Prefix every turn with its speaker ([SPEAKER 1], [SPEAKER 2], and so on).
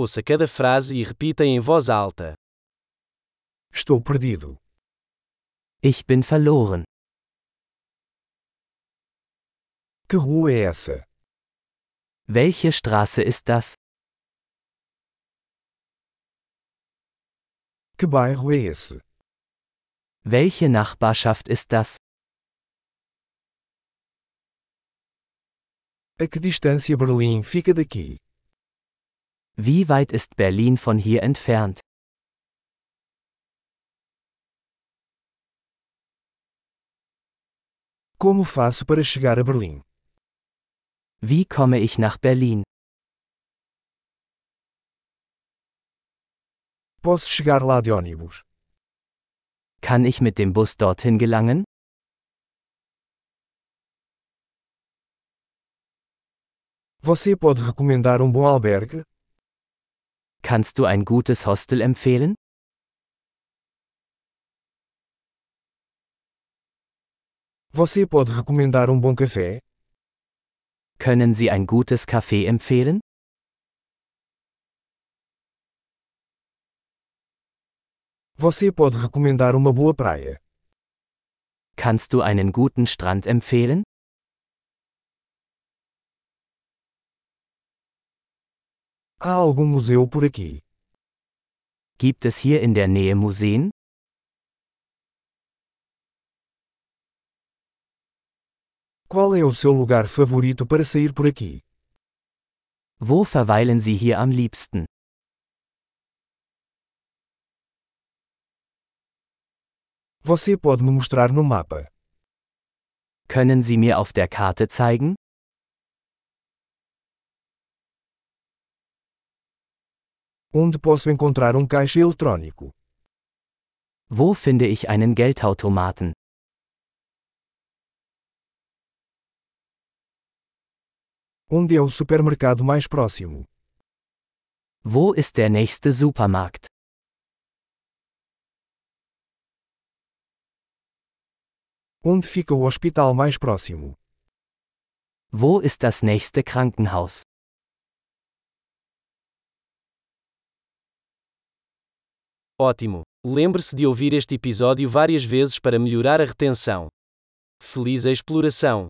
[SPEAKER 1] Ouça cada frase e repita em voz alta.
[SPEAKER 2] Estou perdido.
[SPEAKER 3] Ich bin verloren.
[SPEAKER 2] Que rua é essa?
[SPEAKER 3] Welche Straße ist das?
[SPEAKER 2] Que bairro é esse?
[SPEAKER 3] Welche Nachbarschaft ist das?
[SPEAKER 2] A que distância Berlim fica daqui?
[SPEAKER 3] Wie weit ist Berlin von hier entfernt?
[SPEAKER 2] Como faço para chegar a Berlim?
[SPEAKER 3] Wie komme ich nach Berlin?
[SPEAKER 2] Posso chegar lá de ônibus?
[SPEAKER 3] Kann ich mit dem Bus dorthin gelangen?
[SPEAKER 2] Você pode recomendar um bom albergue?
[SPEAKER 3] Kannst du ein gutes Hostel empfehlen?
[SPEAKER 2] Você pode recomendar um bom café?
[SPEAKER 3] Können Sie ein gutes Café empfehlen?
[SPEAKER 2] Você pode recomendar uma boa praia?
[SPEAKER 3] Kannst du einen guten Strand empfehlen?
[SPEAKER 2] Há algum museu por aqui?
[SPEAKER 3] Gibt es hier in der Nähe Museen?
[SPEAKER 2] Qual é o seu lugar favorito para sair por aqui?
[SPEAKER 3] Wo verweilen Sie hier am liebsten?
[SPEAKER 2] Você pode me mostrar no mapa?
[SPEAKER 3] Können Sie mir auf der Karte zeigen?
[SPEAKER 2] Onde posso encontrar um caixa eletrônico?
[SPEAKER 3] Wo finde ich einen Geldautomaten?
[SPEAKER 2] Onde é o supermercado mais próximo?
[SPEAKER 3] Wo ist der nächste Supermarkt?
[SPEAKER 2] Onde fica o hospital mais próximo?
[SPEAKER 3] Wo ist das nächste Krankenhaus?
[SPEAKER 1] Ótimo! Lembre-se de ouvir este episódio várias vezes para melhorar a retenção. Feliz a exploração!